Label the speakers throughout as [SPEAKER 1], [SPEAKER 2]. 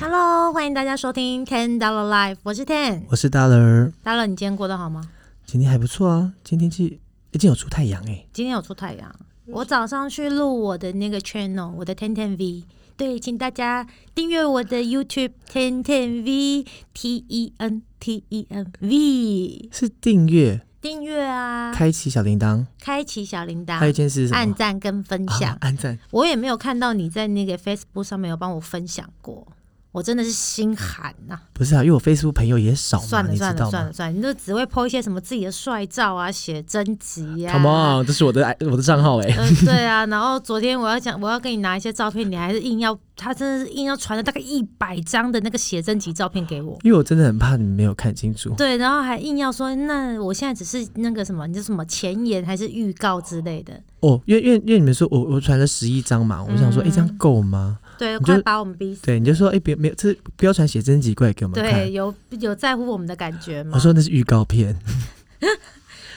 [SPEAKER 1] Hello，欢迎大家收听 Ten Dollar Life，我是 Ten。
[SPEAKER 2] 我是大人儿，
[SPEAKER 1] Dollar，你今天过得好吗？
[SPEAKER 2] 今天还不错啊，今天天气诶今天有出太阳哎、
[SPEAKER 1] 今天有出太阳。我早上去录我的那个 channel，我的 Ten Ten V。对，请大家订阅我的 YouTube Ten Ten V T E N T E N V，
[SPEAKER 2] 是订阅、
[SPEAKER 1] 订阅啊，
[SPEAKER 2] 开启小铃铛，
[SPEAKER 1] 开启小铃
[SPEAKER 2] 还有一
[SPEAKER 1] 铛，
[SPEAKER 2] 件事是什
[SPEAKER 1] 按
[SPEAKER 2] 么？
[SPEAKER 1] 赞跟分享
[SPEAKER 2] 啊。按赞，
[SPEAKER 1] 我也没有看到你在那个 Facebook 上面有帮我分享过，我真的是心寒呐、
[SPEAKER 2] 不是啊，因为我 Facebook 朋友也少嘛，
[SPEAKER 1] 算了
[SPEAKER 2] 你
[SPEAKER 1] 算
[SPEAKER 2] 知
[SPEAKER 1] 了
[SPEAKER 2] 道
[SPEAKER 1] 算
[SPEAKER 2] 吗
[SPEAKER 1] 了算了，你就只会 po 一些什么自己的帅照啊、写真集呀、
[SPEAKER 2] ？Come on，这是我的我的账号哎、
[SPEAKER 1] 嗯，对啊，然后昨天我要讲，我要跟你拿一些照片，你还是硬要，他真的是硬要传了大概一百张的那个写真集照片给我，
[SPEAKER 2] 因为我真的很怕你们没有看清楚。
[SPEAKER 1] 对，然后还硬要说，那我现在只是那个什么，你是什么前言还是预告之类的，
[SPEAKER 2] 哦，因为因为因为你们说我我传了十一张嘛，
[SPEAKER 1] 嗯
[SPEAKER 2] 我想说，哎、这样够吗？
[SPEAKER 1] 对，
[SPEAKER 2] 你就
[SPEAKER 1] 快把我们逼死，
[SPEAKER 2] 对，你就说，哎、别没有，这不要传写真集过来给我们
[SPEAKER 1] 对，
[SPEAKER 2] 看。
[SPEAKER 1] 有有在乎我们的感觉吗？
[SPEAKER 2] 我说那是预告片，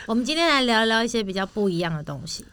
[SPEAKER 1] 我们今天来聊聊一些比较不一样的东 西。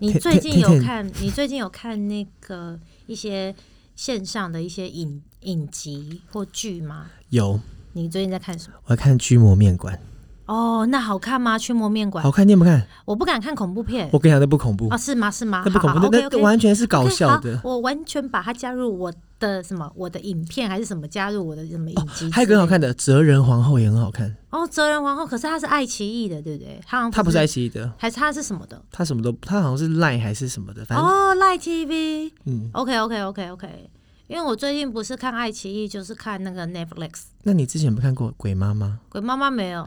[SPEAKER 1] 你
[SPEAKER 2] 天
[SPEAKER 1] 最近
[SPEAKER 2] 天
[SPEAKER 1] 有
[SPEAKER 2] 天
[SPEAKER 1] 看？你最近有看那个一些线上的一些影影集或剧吗？
[SPEAKER 2] 有
[SPEAKER 1] 你最近在看什么？
[SPEAKER 2] 我要看《驱魔面馆
[SPEAKER 1] 哦，那好看吗？驱魔面》，馆
[SPEAKER 2] 好，看你有没有看？
[SPEAKER 1] 我不敢看恐怖片
[SPEAKER 2] 我跟你讲，那不恐怖，
[SPEAKER 1] 哦，是吗？是吗？
[SPEAKER 2] 那不恐怖，
[SPEAKER 1] 好好
[SPEAKER 2] 那那
[SPEAKER 1] OK，OK
[SPEAKER 2] 那完全是搞
[SPEAKER 1] OK，
[SPEAKER 2] 笑
[SPEAKER 1] 好
[SPEAKER 2] 的。
[SPEAKER 1] 我完全把它加入我的什么，我的影片还是什么，加入我的什么影集之类的、
[SPEAKER 2] 哦还有一个很好看的《哲人皇后》也很好看，
[SPEAKER 1] 哦，《哲人皇后》，可是它是爱奇艺的，对不对？它好像
[SPEAKER 2] 它不是爱，奇艺的，
[SPEAKER 1] 还是它是什么的？
[SPEAKER 2] 它什么都，它好像是赖还是什么的，反正、
[SPEAKER 1] 哦，赖 TV。
[SPEAKER 2] 嗯。
[SPEAKER 1] OK OK OK OK，因为我最近不是看爱奇艺，就是看那个 Netflix。
[SPEAKER 2] 那你之前有没有看过《鬼妈妈》？
[SPEAKER 1] 鬼妈妈没有，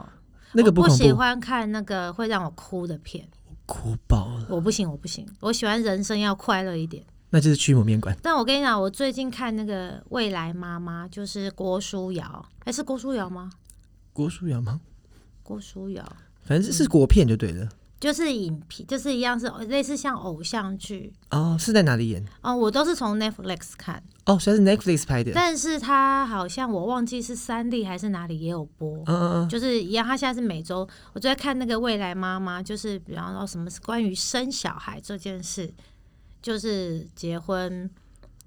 [SPEAKER 2] 那个
[SPEAKER 1] 哦我不
[SPEAKER 2] 恐
[SPEAKER 1] 喜
[SPEAKER 2] 怖，
[SPEAKER 1] 欢看那个会让我哭的片，
[SPEAKER 2] 哭爆了，
[SPEAKER 1] 我不行，我不行，我喜欢人生要快乐一点。
[SPEAKER 2] 那就是驱魔面馆。
[SPEAKER 1] 但我跟你讲，我最近看那个《未来妈妈》，就是郭书瑶，哎，是郭书瑶吗？
[SPEAKER 2] 郭书瑶吗？
[SPEAKER 1] 郭书瑶
[SPEAKER 2] 反正是国片就对了。
[SPEAKER 1] 就是影片，就是一样是类似像偶像剧
[SPEAKER 2] 哦，是在哪里演？
[SPEAKER 1] 哦，我都是从 Netflix 看，
[SPEAKER 2] 哦，虽然是 Netflix 拍的。嗯
[SPEAKER 1] 但是它好像我忘记是三立还是哪里也有播，
[SPEAKER 2] 嗯嗯，
[SPEAKER 1] 就是一样，他现在是每周，我就在看那个未来妈妈，就是比方说什么是关于生小孩这件事，就是结婚，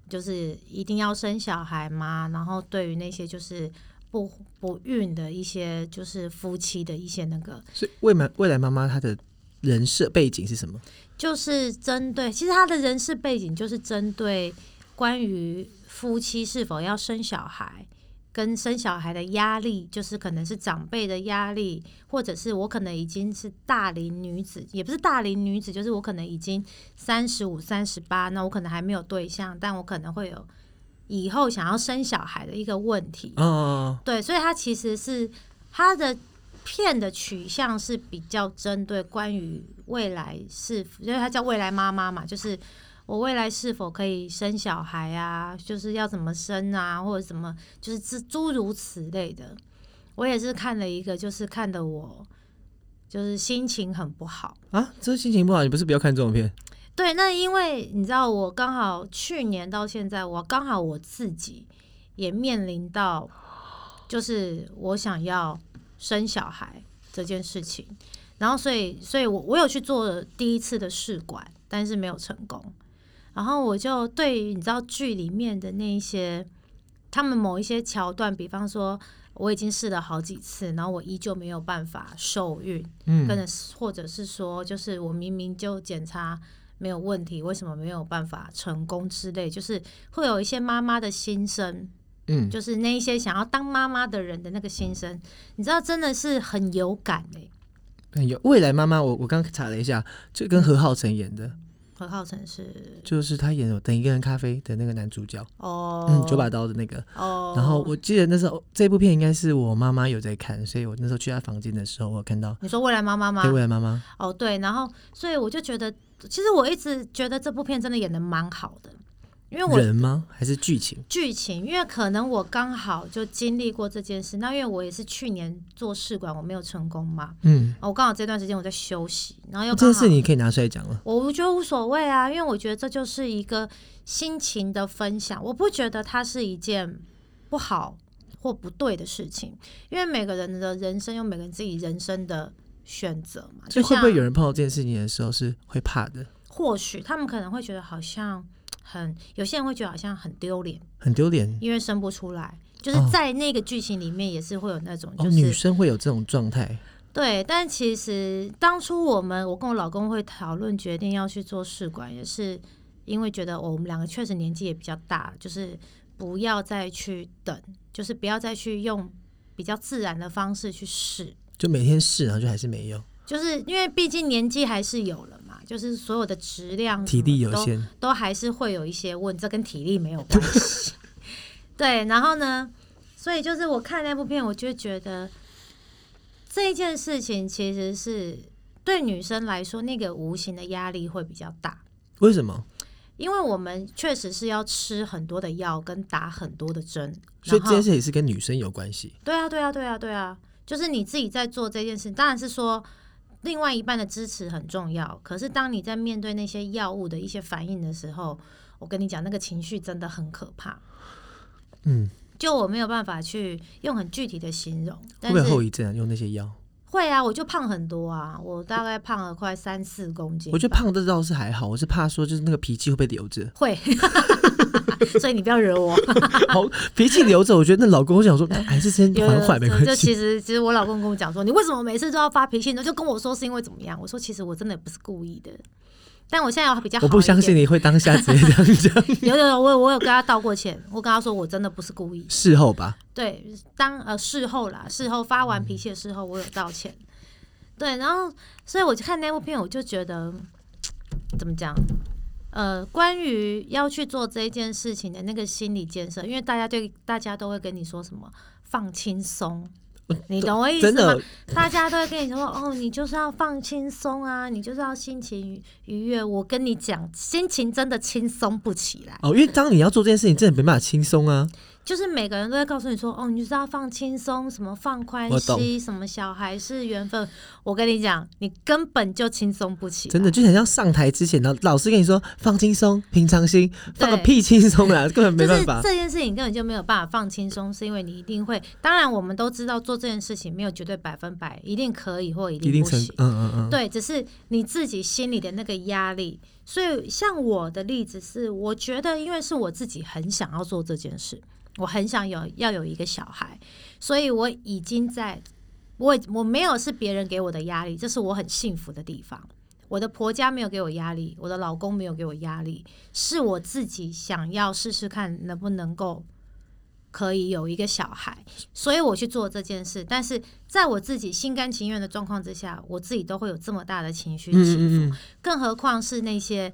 [SPEAKER 1] 就是一定要生小孩吗？然后对于那些就是不不孕的一些，就是夫妻的一些那个，
[SPEAKER 2] 所以未满未来妈妈她的人设背景是什么？
[SPEAKER 1] 就是针对，其实他的人事背景就是针对关于夫妻是否要生小孩，跟生小孩的压力，就是可能是长辈的压力，或者是我可能已经是大龄女子，也不是大龄女子，就是我可能已经三十五、三十八，那我可能还没有对象，但我可能会有以后想要生小孩的一个问题。
[SPEAKER 2] 哦哦，哦
[SPEAKER 1] 对，所以它其实是它的片的取向是比较针对关于未来是，因为它叫未来妈妈嘛，就是我未来是否可以生小孩啊，就是要怎么生啊，或者怎么，就是诸诸如此类的。我也是看了一个，就是看的我就是心情很不好。
[SPEAKER 2] 啊，这心情不好，你不是不要看这种片？
[SPEAKER 1] 对，那因为你知道，我刚好去年到现在，我刚好我自己也面临到，就是我想要生小孩这件事情，然后所以，所以我我有去做了第一次的试管，但是没有成功。然后我就对于你知道剧里面的那一些，他们某一些桥段，比方说我已经试了好几次，然后我依旧没有办法受孕，
[SPEAKER 2] 嗯
[SPEAKER 1] 跟着或者是说，就是我明明就检查没有问题，为什么没有办法成功之类，就是会有一些妈妈的心声，
[SPEAKER 2] 嗯，
[SPEAKER 1] 就是那一些想要当妈妈的人的那个心声，你知道真的是很有感哎、
[SPEAKER 2] 嗯有未来妈妈，我我刚查了一下，这跟何浩晨演的，
[SPEAKER 1] 何浩晨是
[SPEAKER 2] 就是他演的《等一个人咖啡》的那个男主角，
[SPEAKER 1] 哦，
[SPEAKER 2] 嗯，九把刀的那个。
[SPEAKER 1] 哦，
[SPEAKER 2] 然后我记得那时候这部片应该是我妈妈有在看，所以我那时候去她房间的时候，我有看到
[SPEAKER 1] 你说未来妈妈吗
[SPEAKER 2] 对？未来妈妈，
[SPEAKER 1] 哦，对，然后所以我就觉得，其实我一直觉得这部片真的演的蛮好的，因为我
[SPEAKER 2] 人吗？还是剧情？
[SPEAKER 1] 剧情，因为可能我刚好就经历过这件事。那因为我也是去年做试管，我没有成功嘛，哦
[SPEAKER 2] 嗯，哦
[SPEAKER 1] 我刚好这段时间我在休息，然后又
[SPEAKER 2] 这
[SPEAKER 1] 刚
[SPEAKER 2] 件
[SPEAKER 1] 好
[SPEAKER 2] 事你可以拿出来讲了。
[SPEAKER 1] 我觉得无所谓啊，因为我觉得这就是一个心情的分享，我不觉得它是一件不好或不对的事情，因为每个人的人生有每个人自己人生的选择嘛。
[SPEAKER 2] 所
[SPEAKER 1] 就
[SPEAKER 2] 以会
[SPEAKER 1] 像
[SPEAKER 2] 不会有人碰到这件事情的时候是会怕的？
[SPEAKER 1] 或许他们可能会觉得好像很，有些人会觉得好像很丢脸，
[SPEAKER 2] 很丢脸。
[SPEAKER 1] 因为生不出来。就是
[SPEAKER 2] 哦
[SPEAKER 1] 在那个剧情里面也是会有那种，
[SPEAKER 2] 哦，
[SPEAKER 1] 就
[SPEAKER 2] 女
[SPEAKER 1] 是
[SPEAKER 2] 生会有这种状态，
[SPEAKER 1] 对，但其实当初我们，我跟我老公会讨论决定要去做试管，也是因为觉得、哦我们两个确实年纪也比较大，就是不要再去等，就是不要再去用比较自然的方式去试，
[SPEAKER 2] 就每天试，然后就还是没有，
[SPEAKER 1] 就是因为毕竟年纪还是有了嘛，就是所有的质量、
[SPEAKER 2] 体力有
[SPEAKER 1] 限。
[SPEAKER 2] 限，
[SPEAKER 1] 都还是会有一些问，这跟体力没有关 系。对，然后呢，所以就是我看那部片，我就觉得这一件事情其实是对女生来说，那个无形的压力会比较大，
[SPEAKER 2] 为什么？
[SPEAKER 1] 因为我们确实是要吃很多的药跟打很多的针，
[SPEAKER 2] 所
[SPEAKER 1] 然
[SPEAKER 2] 以这
[SPEAKER 1] 后
[SPEAKER 2] 件事也是跟女生有关系，
[SPEAKER 1] 对啊，对啊，对啊，对啊，就是你自己在做这件事，当然是说另外一半的支持很重要。可是当你在面对那些药物的一些反应的时候，我跟你讲，那个情绪真的很可怕。
[SPEAKER 2] 嗯，
[SPEAKER 1] 就我没有办法去用很具体的形容，
[SPEAKER 2] 会
[SPEAKER 1] 但
[SPEAKER 2] 不会有后
[SPEAKER 1] 是
[SPEAKER 2] 遗症啊？用那些药，
[SPEAKER 1] 会啊，我就胖很多啊，我大概胖了快三四公斤吧。
[SPEAKER 2] 我觉得胖这倒是还好，我是怕说就是那个脾气会被留着，
[SPEAKER 1] 会， 所以你不要惹我。
[SPEAKER 2] 好脾气留着，我觉得那老公我想说哎还是先
[SPEAKER 1] 有
[SPEAKER 2] 缓缓没
[SPEAKER 1] 就
[SPEAKER 2] 关系，
[SPEAKER 1] 其实其实我老公跟我讲说，你为什么每次都要发脾气呢？就跟我说是因为怎么样？我说其实我真的不是故意的，但我现在要比较好
[SPEAKER 2] 我不相信
[SPEAKER 1] 你。
[SPEAKER 2] 你会当下直接这样讲，
[SPEAKER 1] 有有有，我有我有跟他道过歉，我跟他说我真的不是故意。
[SPEAKER 2] 事后吧，
[SPEAKER 1] 对，当呃事后啦，事后发完脾气的事后，我有道歉。对，然后所以我就看那部片，我就觉得怎么讲？呃，关于要去做这一件事情的那个心理建设，因为大家对大家都会跟你说什么放轻松，你懂我意思
[SPEAKER 2] 呃真
[SPEAKER 1] 吗
[SPEAKER 2] 的？
[SPEAKER 1] 大家都会跟你说哦，你就是要放轻松啊，你就是要心情愉愉悦。我跟你讲，心情真的轻松不起来。
[SPEAKER 2] 哦，因为当你要做这件事情，真的没办法轻松啊，
[SPEAKER 1] 就是每个人都会告诉你说，哦，你就是要放轻松，什么放宽
[SPEAKER 2] 我
[SPEAKER 1] 心，
[SPEAKER 2] 懂
[SPEAKER 1] 什么小孩是缘分。我跟你讲，你根本就轻松不起来，
[SPEAKER 2] 真的就很像上台之前，老老师跟你说放轻松、平常心，放个
[SPEAKER 1] 对
[SPEAKER 2] 屁轻 松啦，根本没
[SPEAKER 1] 就是
[SPEAKER 2] 办法。
[SPEAKER 1] 这件事情根本就没有办法放轻松，是因为你一定会。当然，我们都知道做这件事情没有绝对百分百，一定可以或一
[SPEAKER 2] 一
[SPEAKER 1] 定
[SPEAKER 2] 定
[SPEAKER 1] 不
[SPEAKER 2] 成
[SPEAKER 1] 行，。
[SPEAKER 2] 嗯嗯嗯，
[SPEAKER 1] 对，只是你自己心里的那个压力。所以，像我的例子是，我觉得因为是我自己很想要做这件事，我很想有要有一个小孩，所以我已经在，我我没有是别人给我的压力，这是我很幸福的地方。我的婆家没有给我压力，我的老公没有给我压力，是我自己想要试试看能不能够可以有一个小孩，所以我去做这件事。但是在我自己心甘情愿的状况之下，我自己都会有这么大的情绪
[SPEAKER 2] 嗯
[SPEAKER 1] 起伏，
[SPEAKER 2] 嗯嗯嗯，
[SPEAKER 1] 更何况是那些。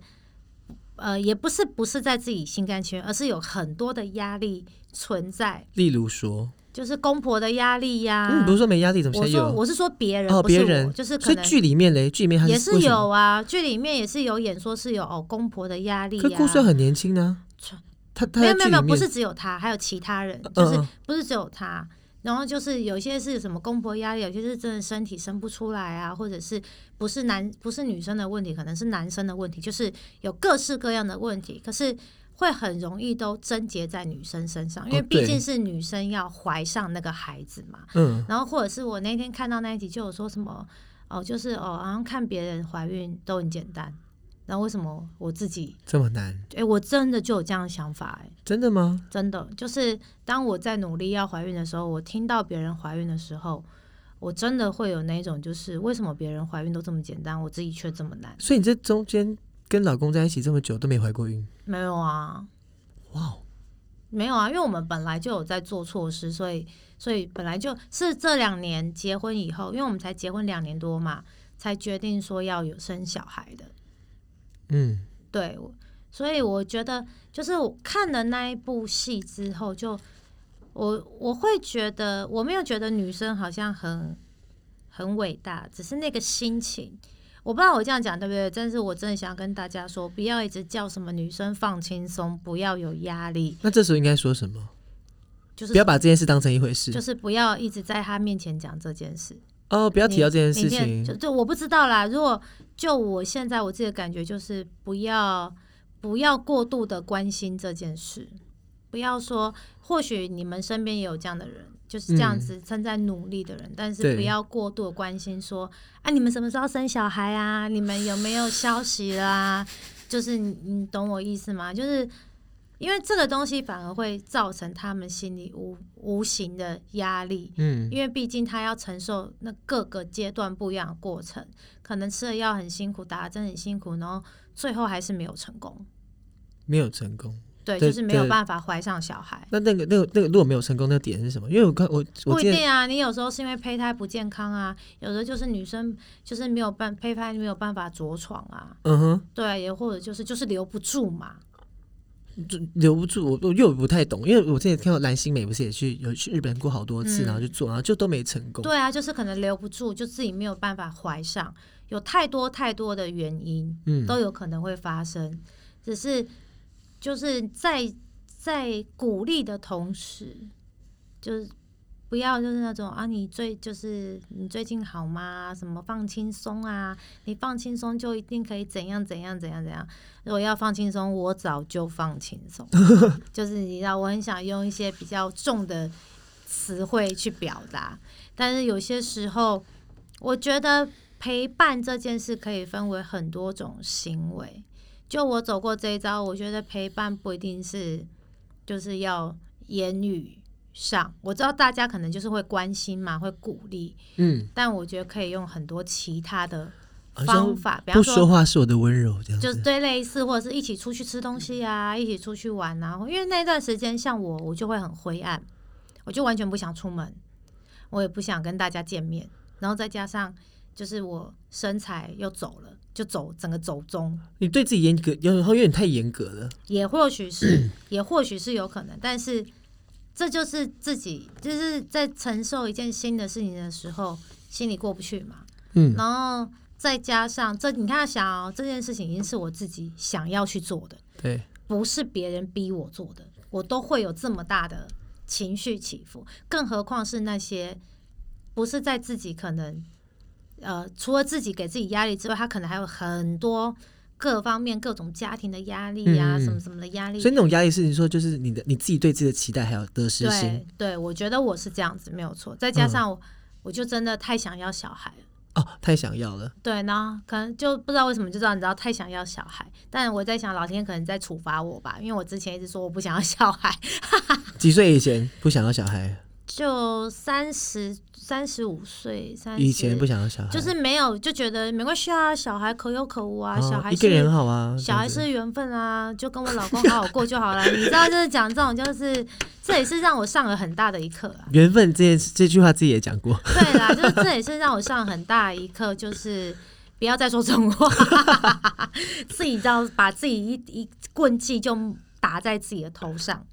[SPEAKER 1] 呃，也不是不是在自己心甘情愿，而是有很多的压力存在，
[SPEAKER 2] 例如说，
[SPEAKER 1] 就是公婆的压力呀、
[SPEAKER 2] 嗯，不是说没压力，怎么
[SPEAKER 1] 啊我
[SPEAKER 2] 现在
[SPEAKER 1] 说
[SPEAKER 2] 有？
[SPEAKER 1] 我是说别人，
[SPEAKER 2] 哦
[SPEAKER 1] 不是
[SPEAKER 2] 别
[SPEAKER 1] 我
[SPEAKER 2] 人
[SPEAKER 1] 就是可
[SPEAKER 2] 所以
[SPEAKER 1] 能
[SPEAKER 2] 剧里面嘞，剧里面他
[SPEAKER 1] 也
[SPEAKER 2] 是为
[SPEAKER 1] 是
[SPEAKER 2] 什么，
[SPEAKER 1] 有啊，剧里面也是有演说是有哦公婆的压力
[SPEAKER 2] 可
[SPEAKER 1] 呀、
[SPEAKER 2] 顾帅很年轻呢
[SPEAKER 1] 传，
[SPEAKER 2] 他他
[SPEAKER 1] 没
[SPEAKER 2] 在
[SPEAKER 1] 有
[SPEAKER 2] 剧
[SPEAKER 1] 没有
[SPEAKER 2] 里
[SPEAKER 1] 没有，
[SPEAKER 2] 面
[SPEAKER 1] 不是只有他，还有其他人，
[SPEAKER 2] 嗯
[SPEAKER 1] 就是
[SPEAKER 2] 嗯
[SPEAKER 1] 不是只有他。然后就是有些是什么公婆压力，有些是真的身体生不出来啊，或者是不是男不是女生的问题，可能是男生的问题，就是有各式各样的问题。可是会很容易都症结在女生身上，因为
[SPEAKER 2] 哦
[SPEAKER 1] 毕
[SPEAKER 2] 对
[SPEAKER 1] 竟是女生要怀上那个孩子嘛。
[SPEAKER 2] 嗯，
[SPEAKER 1] 然后或者是我那天看到那一集就有说什么哦，就是哦，好像看别人怀孕都很简单，然后为什么我自己？
[SPEAKER 2] 这么难，
[SPEAKER 1] 哎、我真的就有这样的想法、诶
[SPEAKER 2] 真的吗？
[SPEAKER 1] 真的就是当我在努力要怀孕的时候，我听到别人怀孕的时候，我真的会有那种就是为什么别人怀孕都这么简单，我自己却这么难？
[SPEAKER 2] 所以你这中间跟老公在一起这么久都没怀过孕，
[SPEAKER 1] 没有啊，
[SPEAKER 2] 哇哦，
[SPEAKER 1] 没有啊，因为我们本来就有在做措施，所以所以本来就是这两年结婚以后，因为我们才结婚两年多嘛，才决定说要有生小孩的。
[SPEAKER 2] 嗯，
[SPEAKER 1] 对，我所以我觉得就是我看了那一部戏之后就，我我会觉得我没有觉得女生好像很很伟大，只是那个心情。我不知道我这样讲对不对，但是我真的想跟大家说，不要一直叫什么女生放轻松，不要有压力，
[SPEAKER 2] 那这时候应该说什么？
[SPEAKER 1] 就是
[SPEAKER 2] 不要把这件事当成一回事
[SPEAKER 1] 就是不要一直在她面前讲这件事。
[SPEAKER 2] 哦，不要提到这件事
[SPEAKER 1] 你你就
[SPEAKER 2] 情，
[SPEAKER 1] 就我不知道啦。如果就我现在我自己的感觉，就是不要不要过度的关心这件事，不要说，或许你们身边也有这样的人，就是这样
[SPEAKER 2] 嗯
[SPEAKER 1] 子正在努力的人，但是
[SPEAKER 2] 对
[SPEAKER 1] 不要过度的关心说，啊，你们什么时候生小孩啊？你们有没有消息啦、 就是你你懂我意思吗？就是因为这个东西反而会造成他们心里无无形的压力，
[SPEAKER 2] 嗯，
[SPEAKER 1] 因为毕竟他要承受那各个阶段不一样的过程，可能吃了药很辛苦，打了针很辛苦，然后最后还是没有成功，
[SPEAKER 2] 没有成功。
[SPEAKER 1] 对，
[SPEAKER 2] 对
[SPEAKER 1] 就是没有
[SPEAKER 2] 对
[SPEAKER 1] 办法怀上小孩。
[SPEAKER 2] 那那个那个那个如果没有成功，那个点是什么？因为我刚我我
[SPEAKER 1] 不一
[SPEAKER 2] 之前
[SPEAKER 1] 定啊，你有时候是因为胚胎不健康啊，有的就是女生就是没有办胚胎没有办法着床啊，
[SPEAKER 2] 嗯哼
[SPEAKER 1] 对啊，也或者就是就是留不住嘛，
[SPEAKER 2] 就留不住，我我又不太懂，因为我之前看到蓝心湄不是也去有去日本过好多次，
[SPEAKER 1] 嗯
[SPEAKER 2] 然后就做，然后就都没成功。
[SPEAKER 1] 对啊，就是可能留不住，就自己没有办法怀上，有太多太多的原因
[SPEAKER 2] 嗯，
[SPEAKER 1] 都有可能会发生，只是就是在在鼓励的同时，就是不要就是那种啊，你最就是你最近好吗？什么放轻松啊？你放轻松就一定可以怎样怎样怎样怎样？如果要放轻松，我早就放轻松，就是你知道，我很想用一些比较重的词汇去表达，但是有些时候，我觉得陪伴这件事可以分为很多种行为。就我走过这一招，我觉得陪伴不一定是就是要言语上，我知道大家可能就是会关心嘛，会鼓励，
[SPEAKER 2] 嗯，
[SPEAKER 1] 但我觉得可以用很多其他的
[SPEAKER 2] 好
[SPEAKER 1] 方
[SPEAKER 2] 像
[SPEAKER 1] 法，比
[SPEAKER 2] 不
[SPEAKER 1] 方
[SPEAKER 2] 说
[SPEAKER 1] 说。
[SPEAKER 2] 话是我的温柔这样
[SPEAKER 1] 就是
[SPEAKER 2] 子。
[SPEAKER 1] 对类似，或者是一起出去吃东西啊，一起出去玩啊。因为那段时间，像我，我就会很灰暗，我就完全不想出门，我也不想跟大家见面。然后再加上，就是我身材又走了，就走整个走中，
[SPEAKER 2] 你对自己严格，有然后有点太严格了。
[SPEAKER 1] 也或许是，也或许是有可能，但是这就是自己就是在承受一件新的事情的时候，心里过不去嘛。
[SPEAKER 2] 嗯
[SPEAKER 1] 然后再加上这，你看想、哦、这件事情已经是我自己想要去做的，
[SPEAKER 2] 对，
[SPEAKER 1] 不是别人逼我做的，我都会有这么大的情绪起伏，更何况是那些不是在自己可能呃，除了自己给自己压力之外，他可能还有很多各方面各种家庭的压力呀、
[SPEAKER 2] 嗯嗯嗯
[SPEAKER 1] 什么什么的压力。
[SPEAKER 2] 所以那种压力是你说，就是你的你自己对自己的期待还有得失心
[SPEAKER 1] 对对，我觉得我是这样子没有错，再加上我、我就真的太想要小孩了。
[SPEAKER 2] 哦，太想要了。
[SPEAKER 1] 对，然后可能就不知道为什么，就知道你知道太想要小孩，但我在想老天可能在处罚我吧，因为我之前一直说我不想要小孩，
[SPEAKER 2] 几岁以前不想要小孩，
[SPEAKER 1] 就三十三十五岁，三
[SPEAKER 2] 以前不想要小孩，
[SPEAKER 1] 嗯就是没有就觉得没关系啊，小孩可有可无啊，
[SPEAKER 2] 哦
[SPEAKER 1] 小孩
[SPEAKER 2] 一个人
[SPEAKER 1] 是
[SPEAKER 2] 很好啊，
[SPEAKER 1] 小孩
[SPEAKER 2] 这样
[SPEAKER 1] 是缘分啊，就跟我老公好好过就好了。你知道，就是讲这种，就是这也是让我上了很大的一课啊
[SPEAKER 2] 子。缘分这件事这句话自己也讲过，
[SPEAKER 1] 对啦，就是这也是让我上很大一课，就是不要再说这种话，自己知道把自己一一棍击就打在自己的头上。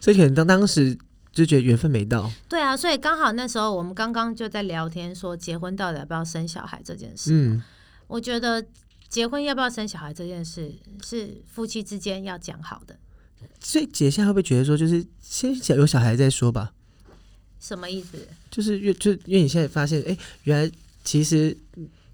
[SPEAKER 2] 所以可能当当时就觉得缘分没到，
[SPEAKER 1] 对啊，所以刚好那时候我们刚刚就在聊天说，结婚到底要不要生小孩这件事。
[SPEAKER 2] 嗯，
[SPEAKER 1] 我觉得结婚要不要生小孩这件事是夫妻之间要讲好的，
[SPEAKER 2] 所以姐现在会不会觉得说，就是先想有小孩再说吧？
[SPEAKER 1] 什么意思？
[SPEAKER 2] 就是越就因为你现在发现，哎、原来其实。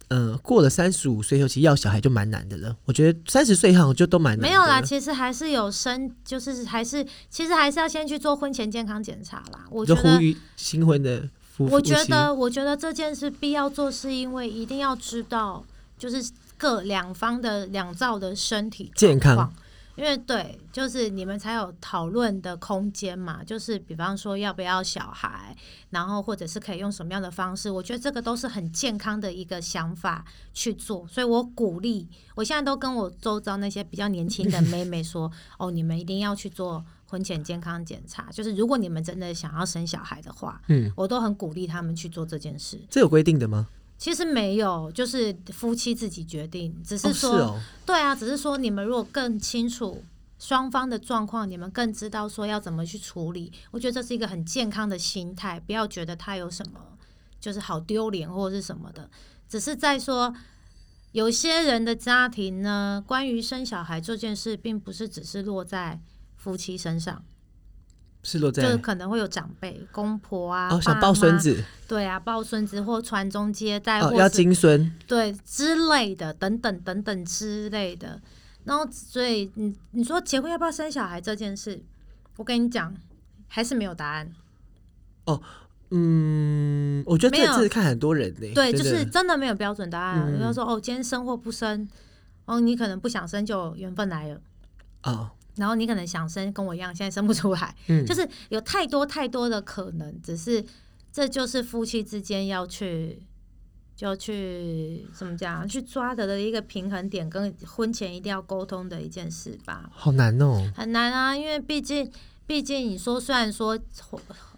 [SPEAKER 2] 嗯，过了三十五岁以后，其实要小孩就蛮难的了。我觉得三十岁以后就都蛮难的
[SPEAKER 1] 没有啦，
[SPEAKER 2] 了
[SPEAKER 1] 其实还是有生，就是还是其实还是要先去做婚前健康检查啦。我觉
[SPEAKER 2] 就
[SPEAKER 1] 得
[SPEAKER 2] 呼吁新婚的夫
[SPEAKER 1] 我
[SPEAKER 2] 夫妻
[SPEAKER 1] 觉得，我觉得这件事必要做，是因为一定要知道，就是各两方的两造的身体
[SPEAKER 2] 健
[SPEAKER 1] 状
[SPEAKER 2] 康
[SPEAKER 1] 况，因为对，就是你们才有讨论的空间嘛。就是比方说要不要小孩，然后或者是可以用什么样的方式，我觉得这个都是很健康的一个想法去做。所以我鼓励，我现在都跟我周遭那些比较年轻的妹妹说，哦，你们一定要去做婚前健康检查。就是如果你们真的想要生小孩的话，
[SPEAKER 2] 嗯，
[SPEAKER 1] 我都很鼓励他们去做这件事。
[SPEAKER 2] 这有规定的吗？
[SPEAKER 1] 其实没有，就是夫妻自己决定，只
[SPEAKER 2] 哦，
[SPEAKER 1] 是
[SPEAKER 2] 是
[SPEAKER 1] 说，
[SPEAKER 2] 哦，
[SPEAKER 1] 对啊，只是说你们如果更清楚双方的状况，你们更知道说要怎么去处理。我觉得这是一个很健康的心态，不要觉得他有什么就是好丢脸或者是什么的，只是在说。有些人的家庭呢，关于生小孩这件事，并不是只是落在夫妻身上，
[SPEAKER 2] 是落
[SPEAKER 1] 就是
[SPEAKER 2] 在
[SPEAKER 1] 可能会有长辈、公婆啊，
[SPEAKER 2] 哦，想
[SPEAKER 1] 爸
[SPEAKER 2] 抱孙
[SPEAKER 1] 妈
[SPEAKER 2] 子
[SPEAKER 1] 对啊，抱孙子或传宗接代，
[SPEAKER 2] 哦，
[SPEAKER 1] 或
[SPEAKER 2] 要
[SPEAKER 1] 是
[SPEAKER 2] 金孙，
[SPEAKER 1] 对之类的，等等等等之类的。然后，所以你你说结婚要不要生小孩这件事，我跟你讲，还是没有答案。
[SPEAKER 2] 嗯，我觉得
[SPEAKER 1] 没
[SPEAKER 2] 这
[SPEAKER 1] 有
[SPEAKER 2] 这是看很多人呢、
[SPEAKER 1] 对，就
[SPEAKER 2] 真的
[SPEAKER 1] 是真的没有标准答案啊。
[SPEAKER 2] 嗯
[SPEAKER 1] 有人说哦，今天生或不生，哦，你可能不想生就缘分来了，
[SPEAKER 2] 哦，
[SPEAKER 1] 然后你可能想生，跟我一样，现在生不出来，
[SPEAKER 2] 嗯，
[SPEAKER 1] 就是有太多太多的可能，只是这就是夫妻之间要去。就去怎么讲？去抓得的一个平衡点，跟婚前一定要沟通的一件事吧。
[SPEAKER 2] 好难哦，
[SPEAKER 1] 很难啊，因为毕竟，毕竟你说虽然说，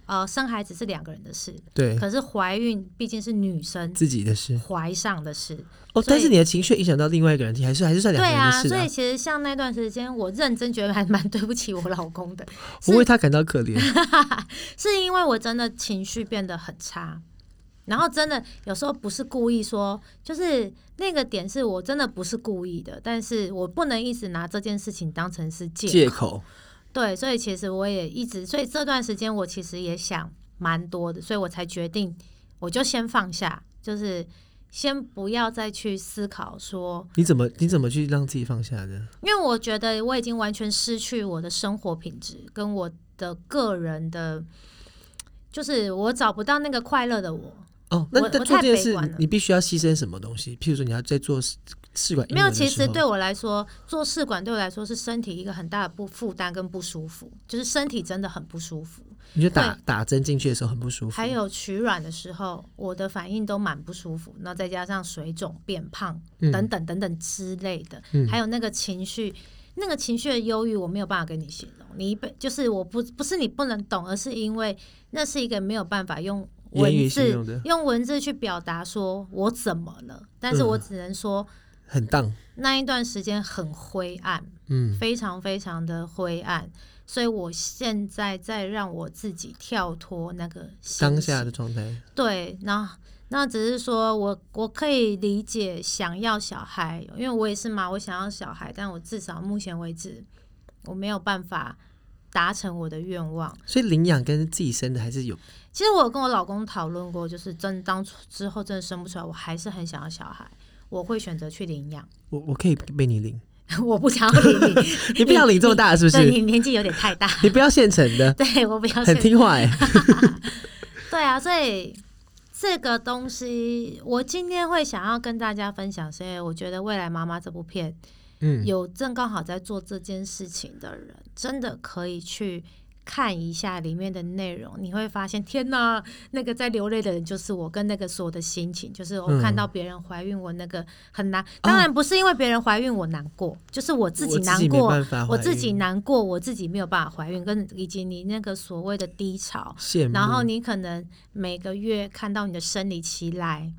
[SPEAKER 1] 呃，生孩子是两个人的事，
[SPEAKER 2] 对
[SPEAKER 1] 可是怀孕毕竟是女生
[SPEAKER 2] 自己的事
[SPEAKER 1] 怀上的事，所
[SPEAKER 2] 哦，
[SPEAKER 1] 以
[SPEAKER 2] 但是你的情绪影响到另外一个人，还是还是算两个
[SPEAKER 1] 对
[SPEAKER 2] 人的
[SPEAKER 1] 啊，
[SPEAKER 2] 事
[SPEAKER 1] 所
[SPEAKER 2] 啊
[SPEAKER 1] 以，其实像那段时间，我认真觉得还蛮对不起我老公的，
[SPEAKER 2] 我为他感到可怜。
[SPEAKER 1] 是因为我真的情绪变得很差。然后真的有时候不是故意说，就是那个点是我真的不是故意的，但是我不能一直拿这件事情当成是借口
[SPEAKER 2] 借口
[SPEAKER 1] 对，所以其实我也一直，所以这段时间我其实也想蛮多的，所以我才决定，我就先放下，就是先不要再去思考说，
[SPEAKER 2] 你怎么你怎么去让自己放下的？
[SPEAKER 1] 因为我觉得我已经完全失去我的生活品质跟我的个人的，就是我找不到那个快乐的我。
[SPEAKER 2] 哦，那
[SPEAKER 1] 我
[SPEAKER 2] 那
[SPEAKER 1] 我
[SPEAKER 2] 做
[SPEAKER 1] 太
[SPEAKER 2] 这件
[SPEAKER 1] 悲
[SPEAKER 2] 事
[SPEAKER 1] 观了，
[SPEAKER 2] 你必须要牺牲什么东西？譬如说，你要在做试试管婴
[SPEAKER 1] 没有，
[SPEAKER 2] 儿的
[SPEAKER 1] 其
[SPEAKER 2] 时
[SPEAKER 1] 实
[SPEAKER 2] 候
[SPEAKER 1] 对我来说，做试管对我来说是身体一个很大的不负担跟不舒服，就是身体真的很不舒服。
[SPEAKER 2] 你就打打针进去的时候很不舒服，
[SPEAKER 1] 还有取卵的时候，我的反应都蛮不舒服，那再加上水肿、变胖
[SPEAKER 2] 嗯
[SPEAKER 1] 等等等等之类的，
[SPEAKER 2] 嗯
[SPEAKER 1] 还有那个情绪，那个情绪的忧郁，我没有办法跟你形容。你一辈就是我不不是你不能懂，而是因为那是一个没有办法用
[SPEAKER 2] 言语
[SPEAKER 1] 文
[SPEAKER 2] 形
[SPEAKER 1] 字
[SPEAKER 2] 容的
[SPEAKER 1] 用文字去表达说我怎么了，但是我
[SPEAKER 2] 嗯
[SPEAKER 1] 只能说、
[SPEAKER 2] 很荡，
[SPEAKER 1] 那一段时间很灰暗，
[SPEAKER 2] 嗯，
[SPEAKER 1] 非常非常的灰暗。所以我现在在让我自己跳脱那个心
[SPEAKER 2] 当
[SPEAKER 1] 情
[SPEAKER 2] 下的状态，
[SPEAKER 1] 对，那那只是说我我可以理解想要小孩，因为我也是嘛，我想要小孩，但我至少目前为止我没有办法达成我的愿望。
[SPEAKER 2] 所以领养跟自己生的还是有
[SPEAKER 1] 其实我有跟我老公讨论过，就是真当初之后真的生不出来，我还是很想要小孩，我会选择去领养，
[SPEAKER 2] 我我可以被你领，
[SPEAKER 1] 我不想要领你，
[SPEAKER 2] 你不想领这么 大是不
[SPEAKER 1] 对
[SPEAKER 2] 是？
[SPEAKER 1] 你年纪有点太大，
[SPEAKER 2] 你不要现成的，
[SPEAKER 1] 对我不要
[SPEAKER 2] 很
[SPEAKER 1] 生
[SPEAKER 2] 听话 哎，
[SPEAKER 1] 对啊，所以这个东西，我今天会想要跟大家分享，是因为我觉得《未来妈妈》这部片，
[SPEAKER 2] 嗯，
[SPEAKER 1] 有正刚好在做这件事情的人，真的可以去看一下里面的内容，你会发现，天哪，那个在流泪的人就是我，跟那个是我的心情，就是我
[SPEAKER 2] 嗯哦
[SPEAKER 1] 看到别人怀孕，我那个很难。当然不是因为别人怀孕我难过，就是我自己
[SPEAKER 2] 我
[SPEAKER 1] 难
[SPEAKER 2] 自己没
[SPEAKER 1] 过，
[SPEAKER 2] 办法怀孕，
[SPEAKER 1] 我自己难过，我自己没有办法怀孕，跟以及你那个所谓的低潮，
[SPEAKER 2] 羡慕，
[SPEAKER 1] 然后你可能每个月看到你的生理期来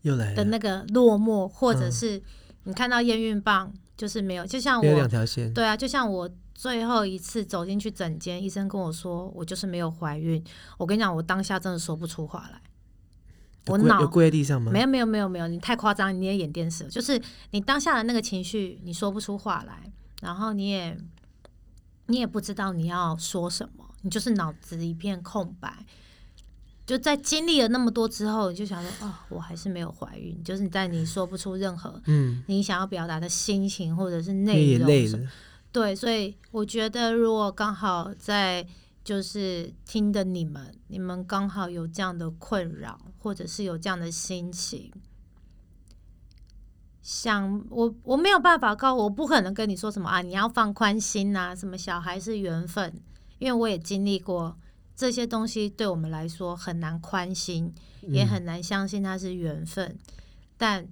[SPEAKER 2] 又来
[SPEAKER 1] 的
[SPEAKER 2] 了，
[SPEAKER 1] 那个落寞，或者
[SPEAKER 2] 嗯
[SPEAKER 1] 是你看到验孕棒就是没有，就像
[SPEAKER 2] 没有两
[SPEAKER 1] 我
[SPEAKER 2] 条线，
[SPEAKER 1] 对啊，就像我最后一次走进去诊间，医生跟我说我就是没有怀孕，我跟你讲，我当下真的说不出话来，
[SPEAKER 2] 有
[SPEAKER 1] 我
[SPEAKER 2] 跪
[SPEAKER 1] 脑
[SPEAKER 2] 有跪在地上吗？
[SPEAKER 1] 没有没有没有没有，你太夸张，你也演电视了，就是你当下的那个情绪，你说不出话来，然后你也你也不知道你要说什么，你就是脑子一片空白。就在经历了那么多之后，你就想说，哦，我还是没有怀孕，就是你在你说不出任何
[SPEAKER 2] 嗯，
[SPEAKER 1] 你想要表达的心情或者是
[SPEAKER 2] 因
[SPEAKER 1] 内
[SPEAKER 2] 为也
[SPEAKER 1] 容
[SPEAKER 2] 累
[SPEAKER 1] 什么
[SPEAKER 2] 了，
[SPEAKER 1] 对，所以我觉得如果刚好在就是听的你们，你们刚好有这样的困扰，或者是有这样的心情，想我我没有办法告，我不可能跟你说什么啊，你要放宽心呐、什么小孩是缘分，因为我也经历过这些东西，对我们来说很难宽心，也
[SPEAKER 2] 嗯
[SPEAKER 1] 很难相信它是缘分，但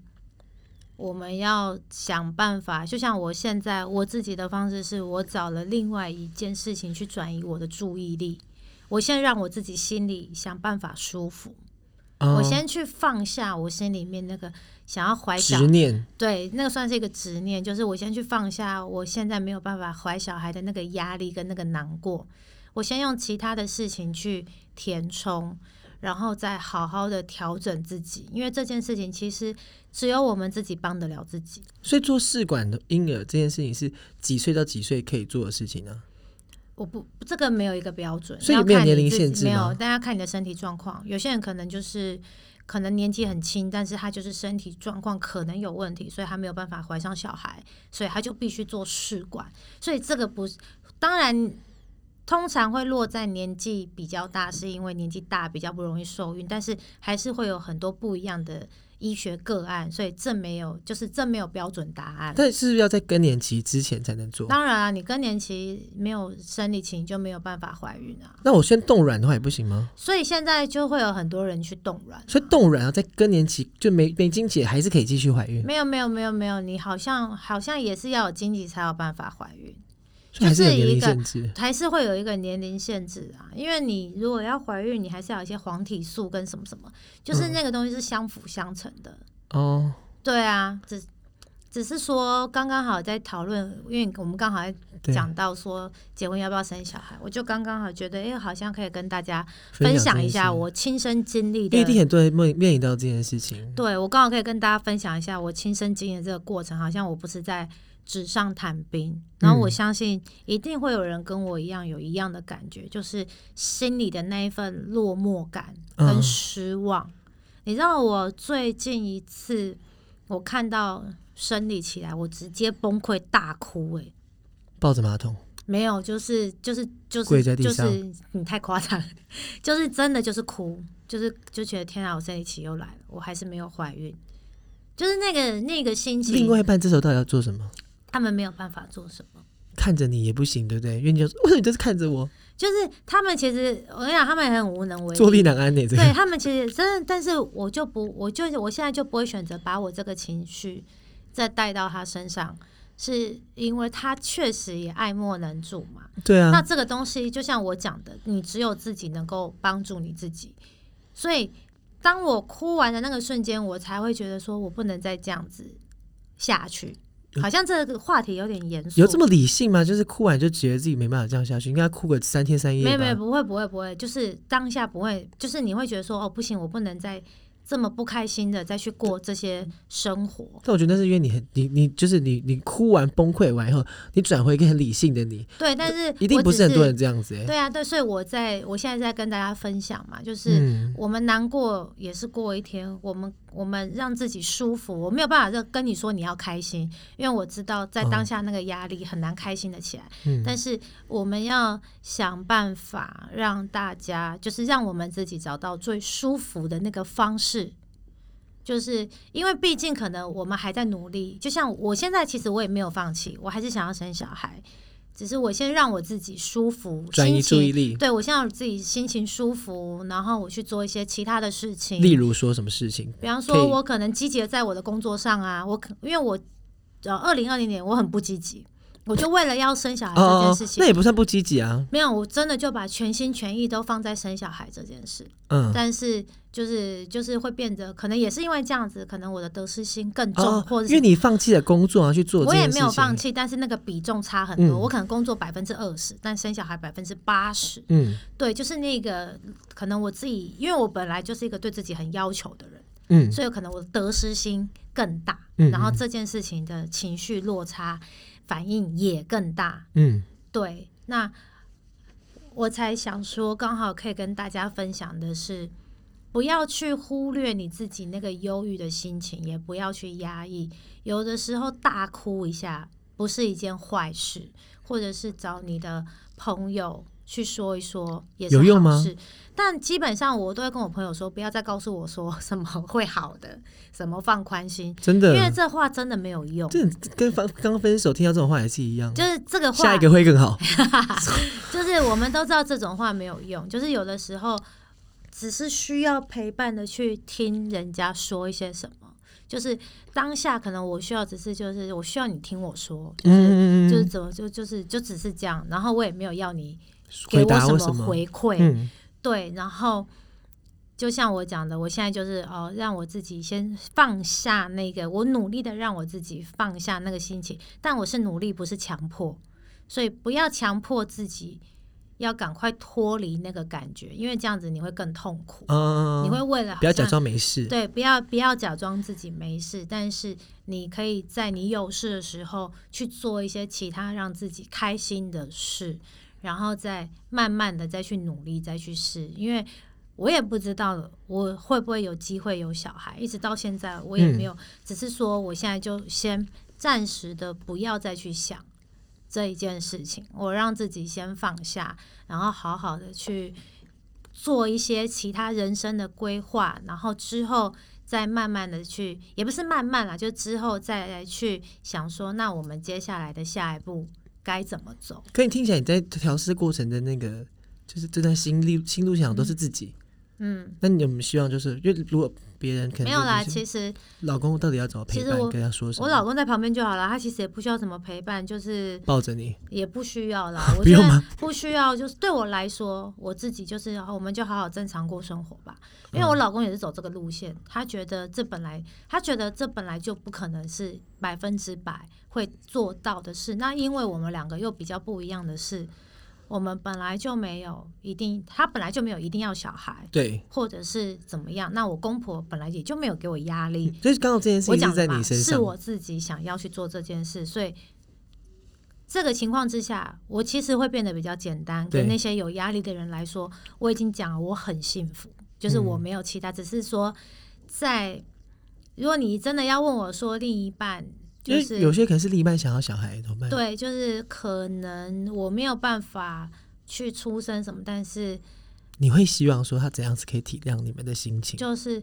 [SPEAKER 1] 我们要想办法。就像我现在我自己的方式是，我找了另外一件事情去转移我的注意力。我先让我自己心里想办法舒服，
[SPEAKER 2] 哦
[SPEAKER 1] 我先去放下我心里面那个想要怀小
[SPEAKER 2] 执念，
[SPEAKER 1] 对，那个算是一个执念，就是我先去放下我现在没有办法怀小孩的那个压力跟那个难过，我先用其他的事情去填充，然后再好好的调整自己，因为这件事情其实只有我们自己帮得了自己。
[SPEAKER 2] 所以做试管的婴儿这件事情是几岁到几岁可以做的事情呢、
[SPEAKER 1] 我不，这个没有一个标准，
[SPEAKER 2] 所以
[SPEAKER 1] 要
[SPEAKER 2] 没有
[SPEAKER 1] 看
[SPEAKER 2] 年
[SPEAKER 1] 你
[SPEAKER 2] 龄
[SPEAKER 1] 自
[SPEAKER 2] 限
[SPEAKER 1] 己
[SPEAKER 2] 制
[SPEAKER 1] 没有
[SPEAKER 2] 吗，
[SPEAKER 1] 大家看你的身体状况。有些人可能就是可能年纪很轻，但是他就是身体状况可能有问题，所以他没有办法怀上小孩，所以他就必须做试管。所以这个不是，当然通常会落在年纪比较大，是因为年纪大比较不容易受孕，但是还是会有很多不一样的医学个案，所以这没有就是这没有标准答案。
[SPEAKER 2] 但是不是要在更年期之前才能做？
[SPEAKER 1] 当然啊，你更年期没有生理期你就没有办法怀孕啊，
[SPEAKER 2] 那我先冻卵的话也不行吗？
[SPEAKER 1] 所以现在就会有很多人去冻卵啊、
[SPEAKER 2] 所以冻卵啊，在更年期就没没经期还是可以继续怀孕，
[SPEAKER 1] 没有没有没有没有，你好像好像也是要有经济才有办法怀孕，
[SPEAKER 2] 所以还是有
[SPEAKER 1] 就是
[SPEAKER 2] 年
[SPEAKER 1] 一
[SPEAKER 2] 龄
[SPEAKER 1] 个
[SPEAKER 2] 限制。
[SPEAKER 1] 还是会有一个年龄限制啊。因为你如果要怀孕，你还是要有一些黄体素跟什么什么，就是
[SPEAKER 2] 嗯
[SPEAKER 1] 那个东西是相辅相成的。
[SPEAKER 2] 哦，
[SPEAKER 1] 对啊，只只是说刚刚好在讨论，因为我们刚好在
[SPEAKER 2] 对，
[SPEAKER 1] 讲到说结婚要不要生小孩，我就刚刚好觉得，哎、好像可以跟大家
[SPEAKER 2] 分
[SPEAKER 1] 分
[SPEAKER 2] 享
[SPEAKER 1] 享
[SPEAKER 2] 这
[SPEAKER 1] 一
[SPEAKER 2] 件
[SPEAKER 1] 下
[SPEAKER 2] 事，
[SPEAKER 1] 我亲身经历
[SPEAKER 2] 因为一定
[SPEAKER 1] 的。
[SPEAKER 2] 很多人面面临到这件事情。
[SPEAKER 1] 对，我刚好可以跟大家分享一下我亲身经历的这个过程，好像我不是在纸上谈兵，然后我
[SPEAKER 2] 嗯
[SPEAKER 1] 相信一定会有人跟我一样有一样的感觉，就是心里的那一份落寞感
[SPEAKER 2] 嗯
[SPEAKER 1] 跟失望。你知道我最近一次我看到生理起来，我直接崩溃大哭、欸，
[SPEAKER 2] 抱着马桶，
[SPEAKER 1] 没有，就是就是就是
[SPEAKER 2] 跪在地
[SPEAKER 1] 就
[SPEAKER 2] 上
[SPEAKER 1] 是 你太夸张了，就是真的就是哭，就是就觉得天啊，我生理期又来了，我还是没有怀孕，就是那个那个心
[SPEAKER 2] 另
[SPEAKER 1] 情，
[SPEAKER 2] 外一半这时候到底要做什么？
[SPEAKER 1] 他们没有办法做什么，
[SPEAKER 2] 看着你也不行，对不对？因为你就说为什么你就是看着我，
[SPEAKER 1] 就是他们其实我跟你讲，他们也很无能为
[SPEAKER 2] 坐立
[SPEAKER 1] 力。
[SPEAKER 2] 难安呢、这
[SPEAKER 1] 对
[SPEAKER 2] 个
[SPEAKER 1] 他们其实真的，但是我就不，我就我现在就不会选择把我这个情绪再带到他身上，是因为他确实也爱莫能助嘛。
[SPEAKER 2] 对
[SPEAKER 1] 那
[SPEAKER 2] 啊，
[SPEAKER 1] 这个东西就像我讲的，你只有自己能够帮助你自己。所以，当我哭完的那个瞬间，我才会觉得说我不能再这样子下去。好像这个话题有点严肃，
[SPEAKER 2] 有这么理性吗？就是哭完就觉得自己没办法这样下去，应该哭个三天三夜吧。
[SPEAKER 1] 没有没有不会不会不会，就是当下不会，就是你会觉得说哦不行，我不能再这么不开心的再去过这些生活。
[SPEAKER 2] 但我觉得那是因为你很你你就是你你哭完崩溃完以后，你转回一个很理性的你，
[SPEAKER 1] 对，但是
[SPEAKER 2] 呃一定
[SPEAKER 1] 我
[SPEAKER 2] 不
[SPEAKER 1] 只
[SPEAKER 2] 是很多人这样子哎、
[SPEAKER 1] 对啊对，所以我在我现在在跟大家分享嘛，就是。
[SPEAKER 2] 嗯，
[SPEAKER 1] 我们难过也是过一天，我们我们让自己舒服，我没有办法让跟你说你要开心，因为我知道在当下那个压力很难开心的起来。
[SPEAKER 2] 哦嗯
[SPEAKER 1] 但是我们要想办法让大家，就是让我们自己找到最舒服的那个方式。就是因为毕竟可能我们还在努力，就像我现在其实我也没有放弃，我还是想要生小孩，只是我先让我自己舒服，
[SPEAKER 2] 转
[SPEAKER 1] 心
[SPEAKER 2] 移
[SPEAKER 1] 情
[SPEAKER 2] 注意力，
[SPEAKER 1] 对我现在自己心情舒服，然后我去做一些其他的事情，
[SPEAKER 2] 例如说什么事情，
[SPEAKER 1] 比方
[SPEAKER 2] 可以
[SPEAKER 1] 说，我可能积极的在我的工作上啊，我可因为我呃，二零二零年我很不积极，我就为了要生小孩这件事情，
[SPEAKER 2] 哦那也不算不积极啊，
[SPEAKER 1] 没有，我真的就把全心全意都放在生小孩这件事，
[SPEAKER 2] 嗯，
[SPEAKER 1] 但是就是就是会变得，可能也是因为这样子，可能我的得失心更重，
[SPEAKER 2] 哦
[SPEAKER 1] 或者
[SPEAKER 2] 因为
[SPEAKER 1] 是。
[SPEAKER 2] 你放弃了工作啊去做这
[SPEAKER 1] 我
[SPEAKER 2] 件
[SPEAKER 1] 也
[SPEAKER 2] 事
[SPEAKER 1] 没
[SPEAKER 2] 情，
[SPEAKER 1] 有放弃，但是那个比重差很多。
[SPEAKER 2] 嗯
[SPEAKER 1] 我可能工作百分之二十，但生小孩百分之八十。
[SPEAKER 2] 嗯
[SPEAKER 1] 对，就是那个可能我自己，因为我本来就是一个对自己很要求的人，
[SPEAKER 2] 嗯
[SPEAKER 1] 所以可能我得失心更大，
[SPEAKER 2] 嗯
[SPEAKER 1] 然后这件事情的情绪落差反应也更大。
[SPEAKER 2] 嗯，
[SPEAKER 1] 对，那我才想说，刚好可以跟大家分享的是，不要去忽略你自己那个忧郁的心情，也不要去压抑。有的时候大哭一下不是一件坏事，或者是找你的朋友去说一说也是
[SPEAKER 2] 有用
[SPEAKER 1] 好
[SPEAKER 2] 吗
[SPEAKER 1] 事。但基本上我都会跟我朋友说，不要再告诉我说什么会好的，什么放宽 心，
[SPEAKER 2] 真
[SPEAKER 1] 因为
[SPEAKER 2] 的，
[SPEAKER 1] 这话真的没有用。
[SPEAKER 2] 啊这跟刚刚分手听到这种话也是一样，
[SPEAKER 1] 就是这个话，
[SPEAKER 2] 下一个会更好，
[SPEAKER 1] 就是我们都知道这种话没有用，就是有的时候只是需要陪伴的去听人家说一些什么，就是当下可能我需要只是就是我需要你听我说， 就是、
[SPEAKER 2] 嗯
[SPEAKER 1] 就是
[SPEAKER 2] 嗯
[SPEAKER 1] 怎么就就是就只是这样，然后我也没有要你给
[SPEAKER 2] 回
[SPEAKER 1] 我
[SPEAKER 2] 答
[SPEAKER 1] 什
[SPEAKER 2] 我
[SPEAKER 1] 么
[SPEAKER 2] 么，
[SPEAKER 1] 回馈，
[SPEAKER 2] 嗯
[SPEAKER 1] 对，然后就像我讲的，我现在就是哦，让我自己先放下那个，我努力的让我自己放下那个心情，但我是努力，不是强迫，所以不要强迫自己要赶快脱离那个感觉，因为这样子你会更痛苦，
[SPEAKER 2] 嗯，
[SPEAKER 1] 你会为了好
[SPEAKER 2] 不要假
[SPEAKER 1] 像
[SPEAKER 2] 装没事，
[SPEAKER 1] 对，不要不要假装自己没事，但是你可以在你有事的时候去做一些其他让自己开心的事，然后再慢慢的再去努力，再去试。因为我也不知道我会不会有机会有小孩，一直到现在我也没有，只是说我现在就先暂时的不要再去想这一件事情，我让自己先放下，然后好好的去做一些其他人生的规划，然后之后再慢慢的去，也不是慢慢啦，就之后再来去想说，那我们接下来的下一步该怎么走？
[SPEAKER 2] 可你听起来你在调试过程的那个，就是这段心路心路想都是自己。
[SPEAKER 1] 嗯，
[SPEAKER 2] 那你有没有希望就是，因为如果别人可能
[SPEAKER 1] 没有啦，
[SPEAKER 2] 就是
[SPEAKER 1] 其实
[SPEAKER 2] 老公到底要怎么陪
[SPEAKER 1] 其
[SPEAKER 2] 伴
[SPEAKER 1] 实我，
[SPEAKER 2] 跟他说什么？
[SPEAKER 1] 我老公在旁边就好了，他其实也不需要什么陪伴，就是
[SPEAKER 2] 抱着你，。
[SPEAKER 1] 也不需要啦 我
[SPEAKER 2] 不
[SPEAKER 1] 觉
[SPEAKER 2] 用
[SPEAKER 1] 得
[SPEAKER 2] 吗
[SPEAKER 1] 不需要，就是对我来说，我自己就是，我们就好好正常过生活吧。因
[SPEAKER 2] 嗯
[SPEAKER 1] 为我老公也是走这个路线，他觉得这本来他觉得这本来就不可能是百分之百会做到的事。那因为我们两个又比较不一样的是，我们本来就没有一定，他本来就没有一定要小孩，
[SPEAKER 2] 对，
[SPEAKER 1] 或者是怎么样。那我公婆本来也就没有给我压力，
[SPEAKER 2] 所以刚好这件事
[SPEAKER 1] 我
[SPEAKER 2] 情
[SPEAKER 1] 讲
[SPEAKER 2] 是在
[SPEAKER 1] 的嘛，
[SPEAKER 2] 你身上
[SPEAKER 1] 是，我自己想要去做这件事，所以这个情况之下，我其实会变得比较简单。
[SPEAKER 2] 对
[SPEAKER 1] 跟那些有压力的人来说，我已经讲了，我很幸福，就是
[SPEAKER 2] 嗯
[SPEAKER 1] 我没有期待，只是说在如果你真的要问我说另一半，
[SPEAKER 2] 因
[SPEAKER 1] 就
[SPEAKER 2] 为有
[SPEAKER 1] 是
[SPEAKER 2] 些可能是另一半想要小孩怎么办？
[SPEAKER 1] 对，就是可能我没有办法去出声什么，但是
[SPEAKER 2] 你会希望说他怎样子可以体谅你们的心情？
[SPEAKER 1] 就是，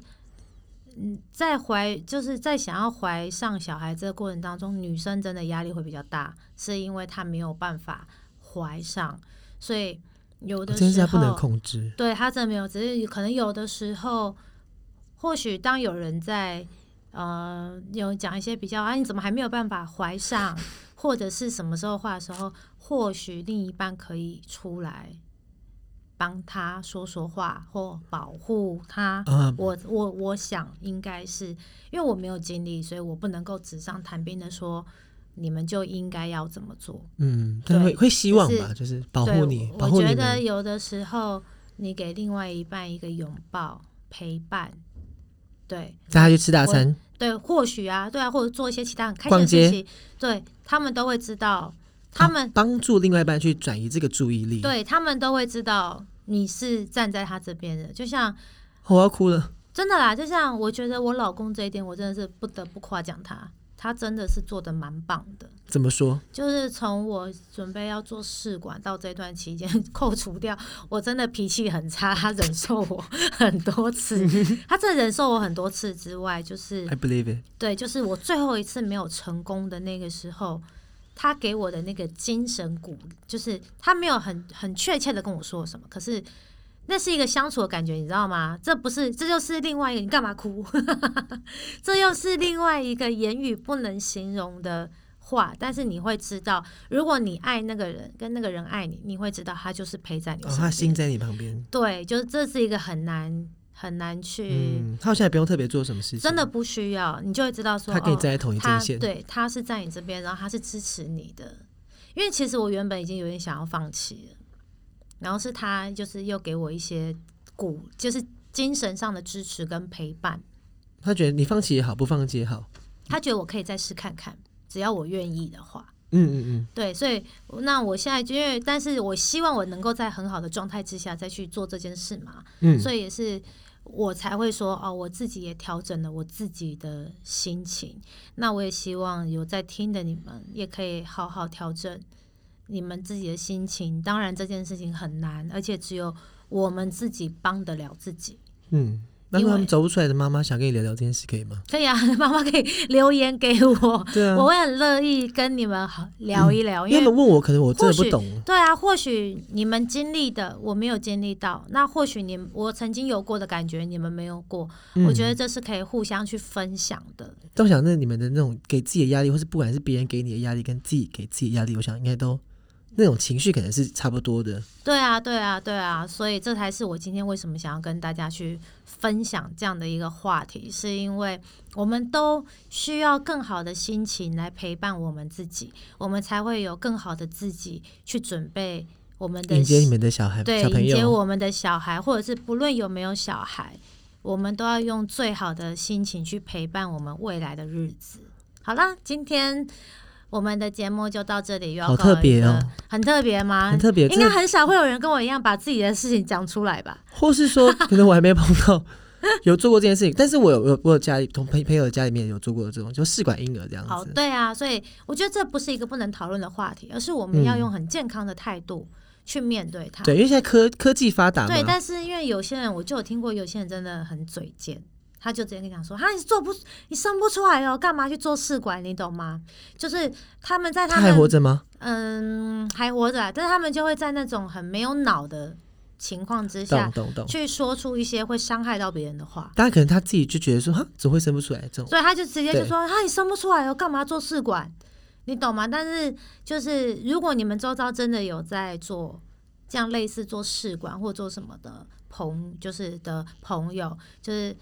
[SPEAKER 1] 嗯，在怀就是在想要怀上小孩这个过程当中，女生真的压力会比较大，是因为她没有办法怀上，所以有的
[SPEAKER 2] 这件事
[SPEAKER 1] 时
[SPEAKER 2] 他不能
[SPEAKER 1] 候，
[SPEAKER 2] 控制，
[SPEAKER 1] 对她真的没有，只是可能有的时候，或许当有人在呃有讲一些比较啊，你怎么还没有办法怀上，或者是什么时候话的时候，或许另一半可以出来。帮他说说话，或保护他，
[SPEAKER 2] 嗯，
[SPEAKER 1] 我我我想应该是因为我没有经历，所以我不能够纸上谈兵的说你们就应该要怎么做。
[SPEAKER 2] 嗯，但会会希望吧，就是保护你
[SPEAKER 1] 对，
[SPEAKER 2] 保
[SPEAKER 1] 我
[SPEAKER 2] 护
[SPEAKER 1] 我
[SPEAKER 2] 你
[SPEAKER 1] 觉得
[SPEAKER 2] 们。
[SPEAKER 1] 有的时候你给另外一半一个拥抱、陪伴，对
[SPEAKER 2] 大家去吃大餐，
[SPEAKER 1] 对，或许啊，对啊，或者做一些其他很开心的
[SPEAKER 2] 逛街
[SPEAKER 1] 事情，对他们都会知道，他们、
[SPEAKER 2] 哦帮助另外一半去转移这个注意力。
[SPEAKER 1] 嗯对他们都会知道你是站在他这边的，就像
[SPEAKER 2] 哦我要哭了，
[SPEAKER 1] 真的啦，就像我觉得我老公这一点，我真的是不得不夸奖他，他真的是做的蛮棒的。
[SPEAKER 2] 怎么说？
[SPEAKER 1] 就是从我准备要做试管到这段期间， 扣除掉我真的脾气很差，他忍受我很多次，他真的忍受我很多次之外，就是
[SPEAKER 2] I believe it。
[SPEAKER 1] 对，就是我最后一次没有成功的那个时候，他给我的那个精神鼓，就是他没有很很确切的跟我说什么，可是那是一个相处的感觉，你知道吗？这不是，这就是另外一个，你干嘛哭？ 这又是另外一个言语不能形容的。话，但是你会知道，如果你爱那个人，跟那个人爱你，你会知道他就是陪在你
[SPEAKER 2] 哦，
[SPEAKER 1] 身边。
[SPEAKER 2] 他心在你旁边，
[SPEAKER 1] 对，就是这是一个很难很难去，
[SPEAKER 2] 嗯，他好像也不用特别做什么事情，
[SPEAKER 1] 真的，不需要，你就会知道说，
[SPEAKER 2] 他跟你
[SPEAKER 1] 哦
[SPEAKER 2] 站在同一
[SPEAKER 1] 他
[SPEAKER 2] 阵线。
[SPEAKER 1] 对他是在你这边，然后他是支持你的。因为其实我原本已经有点想要放弃了，然后是他就是又给我一些鼓，就是精神上的支持跟陪伴。
[SPEAKER 2] 他觉得你放弃也好，不放弃也好，
[SPEAKER 1] 他觉得我可以再试看看，只要我愿意的话。
[SPEAKER 2] 嗯嗯嗯，
[SPEAKER 1] 对，所以那我现在就因为，但是我希望我能够在很好的状态之下再去做这件事嘛。
[SPEAKER 2] 嗯
[SPEAKER 1] 所以也是我才会说哦，我自己也调整了我自己的心情。那我也希望有在听的你们也可以好好调整你们自己的心情。当然这件事情很难，而且只有我们自己帮得了自己。
[SPEAKER 2] 嗯。那如果他
[SPEAKER 1] 因为
[SPEAKER 2] 们走不出来的妈妈想跟你聊聊这件事，可以吗？
[SPEAKER 1] 可以啊， 妈妈可以留言给我，
[SPEAKER 2] 对啊，嗯
[SPEAKER 1] 我会很乐意跟你们好聊一聊，
[SPEAKER 2] 因为
[SPEAKER 1] 因
[SPEAKER 2] 他
[SPEAKER 1] 为
[SPEAKER 2] 们问我，可能我真的
[SPEAKER 1] 或
[SPEAKER 2] 不
[SPEAKER 1] 许
[SPEAKER 2] 懂。
[SPEAKER 1] 对啊，或许你们经历的我没有经历到，那或许你我曾经有过的感觉你们没有过，我觉
[SPEAKER 2] 嗯
[SPEAKER 1] 得这是可以互相去分享的。
[SPEAKER 2] 都想那你们的那种给自己的压力，或是不管是别人给你的压力，跟自己给自己的压力，我想应该都那种情绪可能是差不多的。
[SPEAKER 1] 对啊，对啊，对啊，所以这才是我今天为什么想要跟大家去分享这样的一个话题，是因为我们都需要更好的心情来陪伴我们自己，我们才会有更好的自己去准备我们的
[SPEAKER 2] 迎接你们的小孩
[SPEAKER 1] 对，
[SPEAKER 2] 呃小朋
[SPEAKER 1] 迎接
[SPEAKER 2] 友，
[SPEAKER 1] 我们的小孩，或者是不论有没有小孩，我们都要用最好的心情去陪伴我们未来的日子。好啦，今天我们的节目就到这里，又要
[SPEAKER 2] 好
[SPEAKER 1] 告一
[SPEAKER 2] 特别哦
[SPEAKER 1] 个，很特别吗？
[SPEAKER 2] 很特别。
[SPEAKER 1] 应该
[SPEAKER 2] 这
[SPEAKER 1] 很少会有人跟我一样把自己的事情讲出来吧？
[SPEAKER 2] 或是说，可能我还没碰到有做过这件事情，但是我有有我有家里同朋朋友家里面有做过这种，就试管婴儿这样
[SPEAKER 1] 好，
[SPEAKER 2] 子。
[SPEAKER 1] 对啊，所以我觉得这不是一个不能讨论的话题，而是我们要
[SPEAKER 2] 嗯
[SPEAKER 1] 用很健康的态度去面对它。
[SPEAKER 2] 对，因为现在科科技发达嘛，
[SPEAKER 1] 对，但是因为有些人，我就有听过有些人真的很嘴贱，他就直接跟你讲说：“哈，你做不，你生不出来哦，干嘛去做试管？你懂吗？”就是他们在
[SPEAKER 2] 他
[SPEAKER 1] 他
[SPEAKER 2] 还
[SPEAKER 1] 们
[SPEAKER 2] 活着吗？
[SPEAKER 1] 嗯还活着啊，但是他们就会在那种很没有脑的情况之
[SPEAKER 2] 懂
[SPEAKER 1] 下，
[SPEAKER 2] 懂懂。
[SPEAKER 1] 去说出一些会伤害到别人的话。
[SPEAKER 2] 大家可能他自己就觉得说，哈，怎么会生不出来这种？
[SPEAKER 1] 所以他就直接就
[SPEAKER 2] 嗯对
[SPEAKER 1] 说：“哈，你生不出来哦，干嘛做试管？你懂吗？”但是就是如果你们周遭真的有在做这样类似做试管或做什么的朋，就是的朋友，就是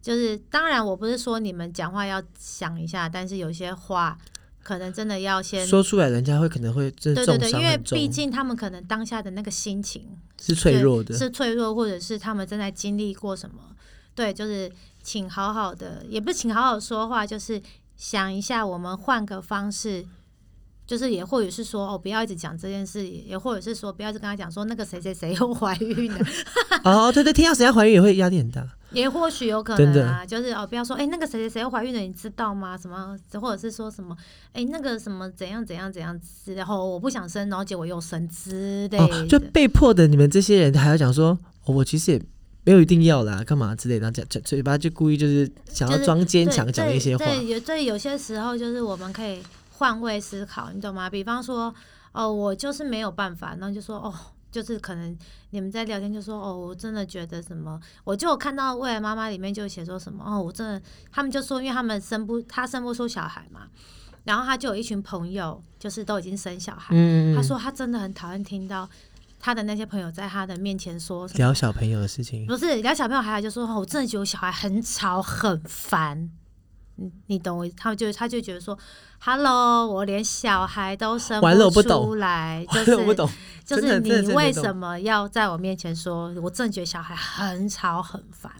[SPEAKER 1] 就是，当然我不是说你们讲话要想一下，但是有些话可能真的要先。
[SPEAKER 2] 说出来，人家会可能会真的
[SPEAKER 1] 对对
[SPEAKER 2] 重
[SPEAKER 1] 对，因
[SPEAKER 2] 伤
[SPEAKER 1] 为
[SPEAKER 2] 很重，
[SPEAKER 1] 毕竟他们可能当下的那个心情
[SPEAKER 2] 是脆弱的。
[SPEAKER 1] 是脆弱，或者是他们正在经历过什么。对，就是请好好的，也不是请好好说话，就是想一下，我们换个方式，就是也或许是说哦，不要一直讲这件事，也或者是说不要一直跟他讲说那个谁谁谁又 怀孕了，
[SPEAKER 2] 哦，对对，听到谁要怀孕也会压力很大。
[SPEAKER 1] 也或许有可
[SPEAKER 2] 真
[SPEAKER 1] 能
[SPEAKER 2] 的
[SPEAKER 1] 啊，就是哦，不要说哎、那个谁谁谁又怀孕了，你知道吗？什么，或者是说什么哎、那个什么怎样怎样怎样之类，然后我不想生，然后结果又生之类的，
[SPEAKER 2] 哦，就被迫的，你们这些人还要讲说、哦，我其实也没有一定要啦，干嘛之类的，然后讲讲嘴巴就故意就是想要
[SPEAKER 1] 就是
[SPEAKER 2] 装坚
[SPEAKER 1] 对
[SPEAKER 2] 强，讲
[SPEAKER 1] 对
[SPEAKER 2] 一些话。
[SPEAKER 1] 对，有对有些时候就是我们可以换位思考，你懂吗？比方说，哦，我就是没有办法，然后就说哦。就是可能你们在聊天就说哦，我真的觉得什么，我就有看到《未来妈妈》里面就写说什么哦，我真的，他们就说，因为他们生不，他生不出小孩嘛，然后他就有一群朋友，就是都已经生小孩，
[SPEAKER 2] 嗯，
[SPEAKER 1] 他说他真的很讨厌听到他的那些朋友在他的面前说什么
[SPEAKER 2] 聊小朋友的事情，
[SPEAKER 1] 不是聊小朋友，还有就说，哦我真的觉得我小孩很吵很烦，你你懂我意思？他们就他就觉得说，Hello，我连小孩都生
[SPEAKER 2] 完了我不懂
[SPEAKER 1] 出 来，就
[SPEAKER 2] 完
[SPEAKER 1] 是
[SPEAKER 2] 了我懂，
[SPEAKER 1] 就
[SPEAKER 2] 真的
[SPEAKER 1] 是
[SPEAKER 2] 真的真
[SPEAKER 1] 你
[SPEAKER 2] 的
[SPEAKER 1] 为
[SPEAKER 2] 懂
[SPEAKER 1] 什么要在我面前说，我真的觉得小孩很吵很烦？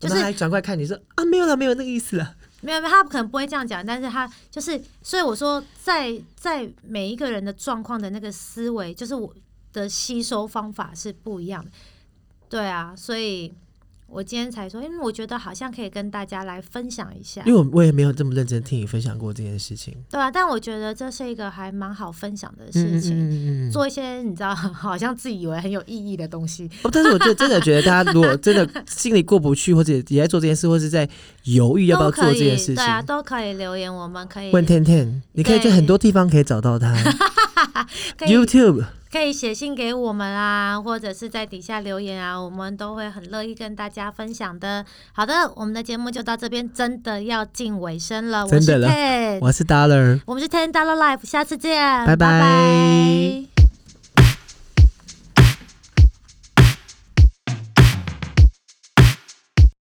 [SPEAKER 1] 就
[SPEAKER 2] 然后
[SPEAKER 1] 是
[SPEAKER 2] 还转过来看你说啊，没有啦，没有那个意思啦。
[SPEAKER 1] 没有，没有，他可能不会这样讲，但是他就是，所以我说在，在每一个人的状况的那个思维，就是我的吸收方法是不一样的。对啊，所以我今天才说，因为我觉得好像可以跟大家来分享一下
[SPEAKER 2] 因，为我我也没有这么认真听你分享过这件事情。
[SPEAKER 1] 对啊，但我觉得这是一个还蛮好分享的
[SPEAKER 2] 嗯
[SPEAKER 1] 事
[SPEAKER 2] 嗯
[SPEAKER 1] 情，
[SPEAKER 2] 嗯嗯嗯。
[SPEAKER 1] 做一些你知道， 好像自己以为很有意义的东西，
[SPEAKER 2] 哦，但是 我真的真的觉得，大家如果真的心里过不去，或者也在做这件事，或是在犹豫要不要
[SPEAKER 1] 都
[SPEAKER 2] 做
[SPEAKER 1] 可
[SPEAKER 2] 这
[SPEAKER 1] 以，
[SPEAKER 2] 件事
[SPEAKER 1] 对
[SPEAKER 2] 情，
[SPEAKER 1] 啊，都可以留言，我们可以
[SPEAKER 2] 问天天，你可以去
[SPEAKER 1] 对
[SPEAKER 2] 很多地方可以找到他
[SPEAKER 1] 可以
[SPEAKER 2] ，YouTube
[SPEAKER 1] 可以写信给我们啊，或者是在底下留言啊，我们都会很乐意跟大家分享的。好的，我们的节目就到这边，真的要进尾声了。我
[SPEAKER 2] 真
[SPEAKER 1] 是
[SPEAKER 2] 的了
[SPEAKER 1] Ten，
[SPEAKER 2] 我是 Dollar。
[SPEAKER 1] 我们是 Ten Dollar Life，下次见，
[SPEAKER 2] 拜拜
[SPEAKER 1] 拜